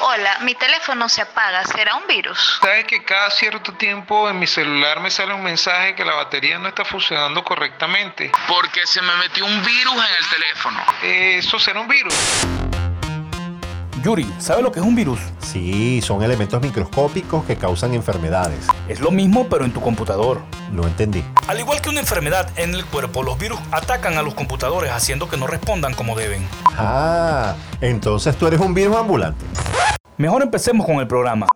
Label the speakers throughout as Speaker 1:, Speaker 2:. Speaker 1: Hola, mi teléfono se apaga, ¿será un virus?
Speaker 2: Sabes que cada cierto tiempo en mi celular me sale un mensaje que la batería no está funcionando correctamente.
Speaker 3: Porque se me metió un virus en el teléfono.
Speaker 2: Eh, Eso será un virus.
Speaker 4: Yuri, ¿sabe lo que es un virus?
Speaker 5: Sí, son elementos microscópicos que causan enfermedades.
Speaker 4: Es lo mismo pero en tu computador.
Speaker 5: No entendí.
Speaker 6: Al igual que una enfermedad en el cuerpo, los virus atacan a los computadores haciendo que no respondan como deben.
Speaker 5: Ah, entonces tú eres un virus ambulante.
Speaker 4: Mejor empecemos con el programa.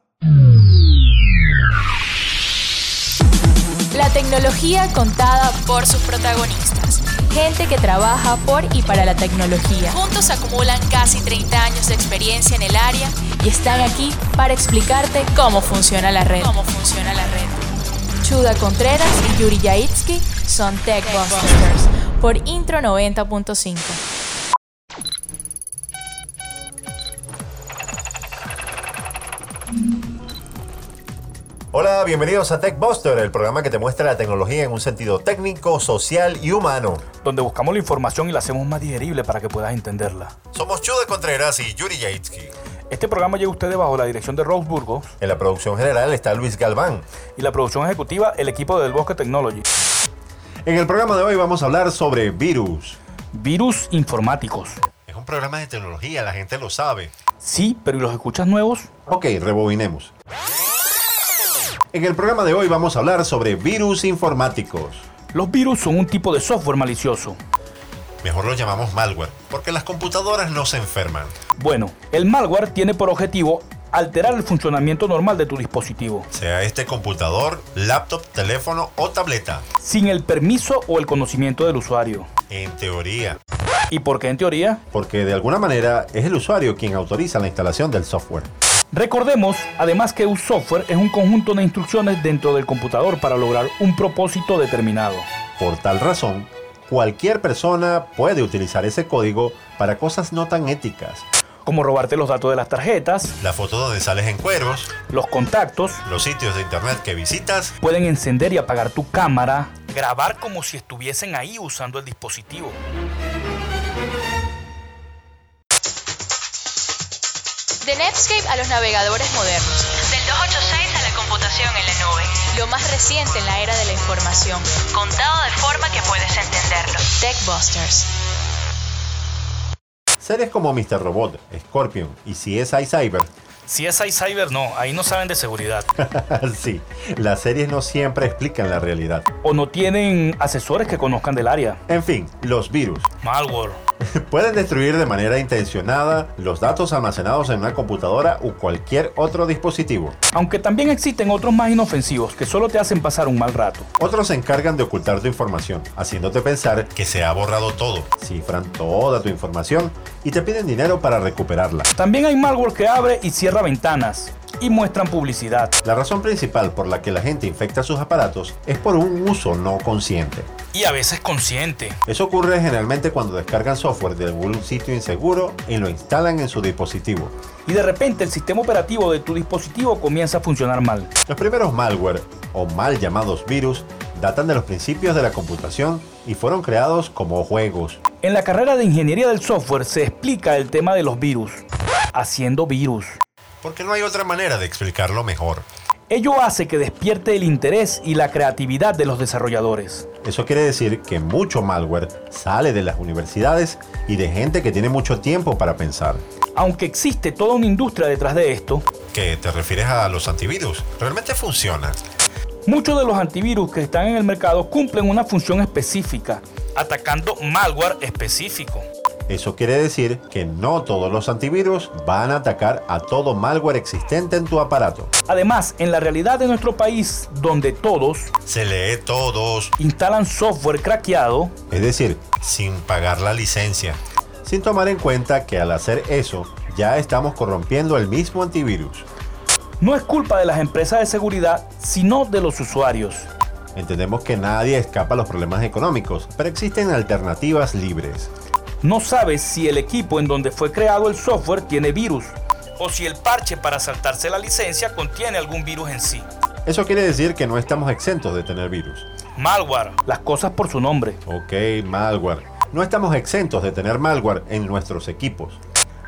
Speaker 7: La tecnología contada por sus protagonistas. Gente que trabaja por y para la tecnología. Juntos acumulan casi 30 años de experiencia en el área y están aquí para explicarte cómo funciona la red. Cómo funciona la red. Chuda Contreras y Yuri Yaitsky son Tech Busters por Intro 90.5.
Speaker 5: Hola, bienvenidos a TechBuster, el programa que te muestra la tecnología en un sentido técnico, social y humano.
Speaker 4: Donde buscamos la información y la hacemos más digerible para que puedas entenderla.
Speaker 5: Somos Chuda Contreras y Yuri Yaitsky.
Speaker 4: Este programa llega a ustedes bajo la dirección de Rose Burgos
Speaker 5: En la producción general está Luis Galván.
Speaker 4: y la producción ejecutiva el equipo del Bosque Technology.
Speaker 5: En el programa de hoy vamos a hablar sobre virus.
Speaker 4: Virus informáticos.
Speaker 5: Es un programa de tecnología, la gente lo sabe.
Speaker 4: Sí, pero ¿y los escuchas nuevos?
Speaker 5: Ok, rebobinemos. En el programa de hoy vamos a hablar sobre virus informáticos.
Speaker 4: Los virus son un tipo de software malicioso.
Speaker 5: Mejor lo llamamos malware, porque las computadoras no se enferman.
Speaker 4: Bueno, el malware tiene por objetivo alterar el funcionamiento normal de tu dispositivo,
Speaker 5: Sea este computador, laptop, teléfono o tableta.
Speaker 4: sin el permiso o el conocimiento del usuario.
Speaker 5: En teoría.
Speaker 4: ¿Y por qué en teoría?
Speaker 5: Porque de alguna manera es el usuario quien autoriza la instalación del software.
Speaker 4: Recordemos, además, que un software es un conjunto de instrucciones dentro del computador para lograr un propósito determinado.
Speaker 5: Por tal razón, cualquier persona puede utilizar ese código para cosas no tan éticas.
Speaker 4: como robarte los datos de las tarjetas,
Speaker 5: La foto donde sales en cueros,
Speaker 4: los contactos,
Speaker 5: los sitios de internet que visitas.
Speaker 4: pueden encender y apagar tu cámara, grabar como si estuviesen ahí usando el dispositivo.
Speaker 7: De Netscape a los navegadores modernos.
Speaker 8: Del 286 a la computación en la nube.
Speaker 7: Lo más reciente en la era de la información.
Speaker 8: Contado de forma que puedes entenderlo.
Speaker 7: Techbusters.
Speaker 5: Seres como Mr. Robot, Scorpion y CSI Cyber.
Speaker 6: Si es ahí cyber, no, ahí no saben de seguridad.
Speaker 5: sí, las series no siempre explican la realidad.
Speaker 4: O no tienen asesores que conozcan del área.
Speaker 5: En fin, los virus.
Speaker 6: Malware.
Speaker 5: Pueden destruir de manera intencionada los datos almacenados en una computadora u cualquier otro dispositivo.
Speaker 4: Aunque también existen otros más inofensivos que solo te hacen pasar un mal rato.
Speaker 5: Otros se encargan de ocultar tu información, haciéndote pensar que se ha borrado todo. Cifran toda tu información y te piden dinero para recuperarla.
Speaker 4: También hay malware que abre y cierra ventanas y muestran publicidad.
Speaker 5: La razón principal por la que la gente infecta sus aparatos es por un uso no consciente.
Speaker 6: Y a veces consciente.
Speaker 5: Eso ocurre generalmente cuando descargan software de algún sitio inseguro y lo instalan en su dispositivo.
Speaker 4: Y de repente el sistema operativo de tu dispositivo comienza a funcionar mal.
Speaker 5: Los primeros malware, o mal llamados virus, datan de los principios de la computación y fueron creados como juegos.
Speaker 4: En la carrera de ingeniería del software se explica el tema de los virus. Haciendo virus.
Speaker 5: Porque no hay otra manera de explicarlo mejor.
Speaker 4: Ello hace que despierte el interés y la creatividad de los desarrolladores.
Speaker 5: Eso quiere decir que mucho malware sale de las universidades y de gente que tiene mucho tiempo para pensar.
Speaker 4: Aunque existe toda una industria detrás de esto,
Speaker 5: ¿Qué te refieres a los antivirus? ¿Realmente funciona?
Speaker 4: muchos de los antivirus que están en el mercado cumplen una función específica.
Speaker 6: Atacando malware específico.
Speaker 5: Eso quiere decir que no todos los antivirus van a atacar a todo malware existente en tu aparato.
Speaker 4: Además, en la realidad de nuestro país, donde todos
Speaker 9: Se lee todos.
Speaker 4: instalan software craqueado,
Speaker 5: Es decir,
Speaker 9: Sin pagar la licencia.
Speaker 5: sin tomar en cuenta que al hacer eso ya estamos corrompiendo el mismo antivirus.
Speaker 4: no es culpa de las empresas de seguridad, sino de los usuarios.
Speaker 5: Entendemos que nadie escapa a los problemas económicos, pero existen alternativas libres.
Speaker 4: No sabes si el equipo en donde fue creado el software tiene virus.
Speaker 6: O si el parche para saltarse la licencia contiene algún virus en sí.
Speaker 5: Eso quiere decir que no estamos exentos de tener virus.
Speaker 6: Malware.
Speaker 4: Las cosas por su nombre.
Speaker 5: Ok, malware. No estamos exentos de tener malware en nuestros equipos.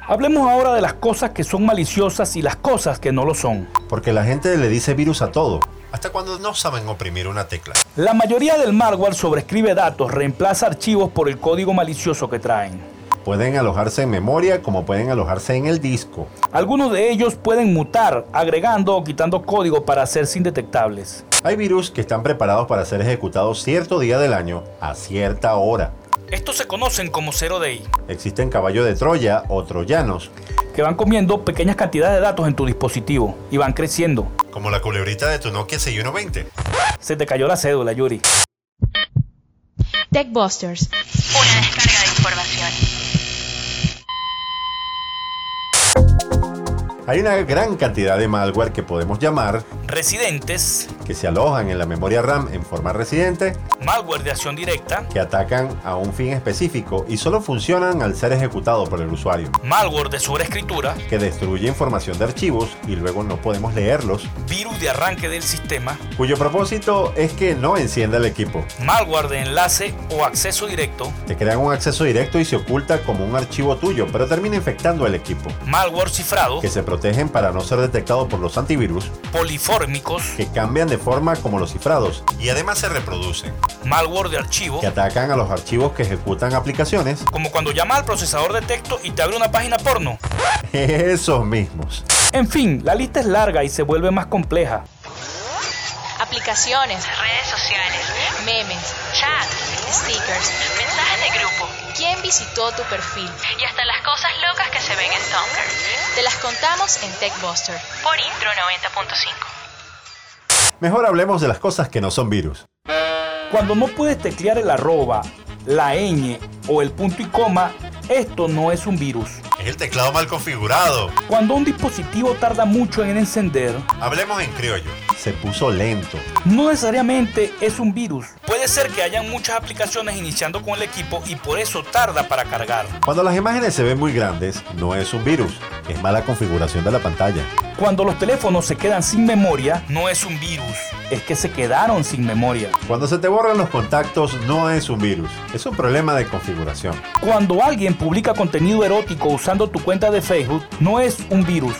Speaker 4: Hablemos ahora de las cosas que son maliciosas y las cosas que no lo son.
Speaker 5: Porque la gente le dice virus a todo.
Speaker 9: Hasta cuando no saben oprimir una tecla.
Speaker 4: La mayoría del malware sobrescribe datos, reemplaza archivos por el código malicioso que traen.
Speaker 5: Pueden alojarse en memoria como pueden alojarse en el disco.
Speaker 4: Algunos de ellos pueden mutar, agregando o quitando código para hacerse indetectables.
Speaker 5: Hay virus que están preparados para ser ejecutados cierto día del año a cierta hora.
Speaker 6: Estos se conocen como Zero Day.
Speaker 5: Existen caballos de Troya o troyanos.
Speaker 4: que van comiendo pequeñas cantidades de datos en tu dispositivo y van creciendo.
Speaker 9: Como la culebrita de tu Nokia 6120.
Speaker 4: Se te cayó la cédula, Yuri.
Speaker 7: Techbusters.
Speaker 8: Una descarga de información.
Speaker 5: Hay una gran cantidad de malware que podemos llamar
Speaker 6: Residentes,
Speaker 5: que se alojan en la memoria RAM en forma residente,
Speaker 6: malware de acción directa,
Speaker 5: que atacan a un fin específico y solo funcionan al ser ejecutado por el usuario,
Speaker 6: malware de sobreescritura,
Speaker 5: que destruye información de archivos y luego no podemos leerlos,
Speaker 6: virus de arranque del sistema,
Speaker 5: cuyo propósito es que no encienda el equipo.
Speaker 6: malware de enlace o acceso directo,
Speaker 5: Te crean un acceso directo y se oculta como un archivo tuyo, pero termina infectando el equipo.
Speaker 6: malware cifrado,
Speaker 5: Que se protegen para no ser detectados por los antivirus,
Speaker 6: polifórmicos,
Speaker 5: que cambian de forma como los cifrados,
Speaker 9: Y además se reproducen.
Speaker 6: malware de archivo,
Speaker 5: que atacan a los archivos que ejecutan aplicaciones,
Speaker 6: como cuando llamas al procesador de texto y te abre una página porno.
Speaker 5: esos mismos.
Speaker 4: En fin, la lista es larga y se vuelve más compleja.
Speaker 7: Aplicaciones.
Speaker 8: Redes sociales.
Speaker 7: Memes.
Speaker 8: Chats.
Speaker 7: Stickers.
Speaker 8: Mensajes de grupo.
Speaker 7: ¿Quién visitó tu perfil?
Speaker 8: Y hasta las cosas locas que se ven en Tumblr.
Speaker 7: Te las contamos en Techbuster.
Speaker 8: Por Intro 90.5.
Speaker 5: Mejor hablemos de las cosas que no son virus.
Speaker 4: Cuando no puedes teclear el arroba, la ñ o el punto y coma, esto no es un virus.
Speaker 9: Es el teclado mal configurado.
Speaker 4: Cuando un dispositivo tarda mucho en encender,
Speaker 9: Hablemos en criollo.
Speaker 5: Se puso lento.
Speaker 4: no necesariamente es un virus.
Speaker 6: Puede ser que hayan muchas aplicaciones iniciando con el equipo y por eso tarda para cargar.
Speaker 5: Cuando las imágenes se ven muy grandes, no es un virus, es mala configuración de la pantalla.
Speaker 4: Cuando los teléfonos se quedan sin memoria,
Speaker 6: No es un virus.
Speaker 4: es que se quedaron sin memoria.
Speaker 5: Cuando se te borran los contactos, no es un virus, es un problema de configuración.
Speaker 4: Cuando alguien publica contenido erótico usando tu cuenta de Facebook, no es un virus.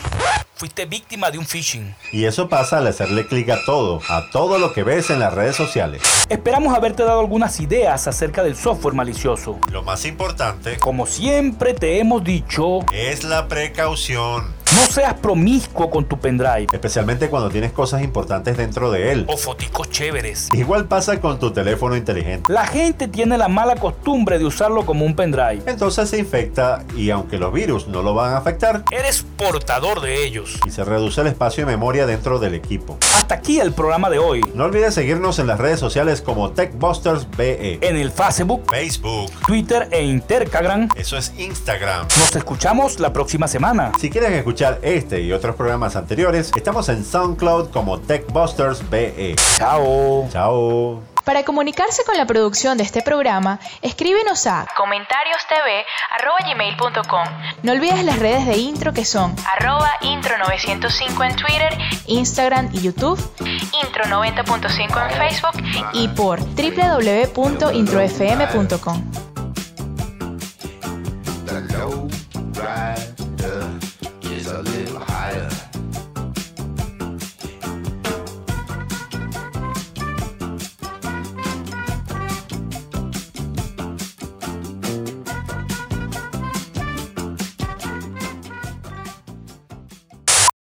Speaker 6: Fuiste víctima de un phishing.
Speaker 5: Y eso pasa al hacerle clic a todo, a todo lo que ves en las redes sociales.
Speaker 4: Esperamos haberte dado algunas ideas acerca del software malicioso.
Speaker 9: Lo más importante
Speaker 4: Como siempre te hemos dicho,
Speaker 9: es la precaución.
Speaker 4: no seas promiscuo con tu pendrive.
Speaker 5: Especialmente cuando tienes cosas importantes dentro de él.
Speaker 6: O foticos chéveres.
Speaker 5: Igual pasa con tu teléfono inteligente.
Speaker 4: La gente tiene la mala costumbre de usarlo como un pendrive.
Speaker 5: Entonces se infecta y aunque los virus no lo van a afectar,
Speaker 6: Eres portador de ellos.
Speaker 5: y se reduce el espacio de memoria dentro del equipo.
Speaker 4: Hasta aquí el programa de hoy.
Speaker 5: No olvides seguirnos en las redes sociales como TechBusters E. BE.
Speaker 4: En el Facebook,
Speaker 9: Facebook.
Speaker 4: Twitter e Intercagram.
Speaker 9: Eso es Instagram.
Speaker 4: Nos escuchamos la próxima semana.
Speaker 5: Si quieres escuchar este y otros programas anteriores, estamos en SoundCloud como TechBusters BE.
Speaker 4: Chao.
Speaker 5: Chao.
Speaker 7: Para comunicarse con la producción de este programa, escríbenos a
Speaker 8: comentariostv.gmail.com
Speaker 7: No olvides las redes de intro que son
Speaker 8: Arroba Intro 905 en Twitter,
Speaker 7: Instagram y YouTube
Speaker 8: Intro 90.5 en Facebook
Speaker 7: y por www.introfm.com.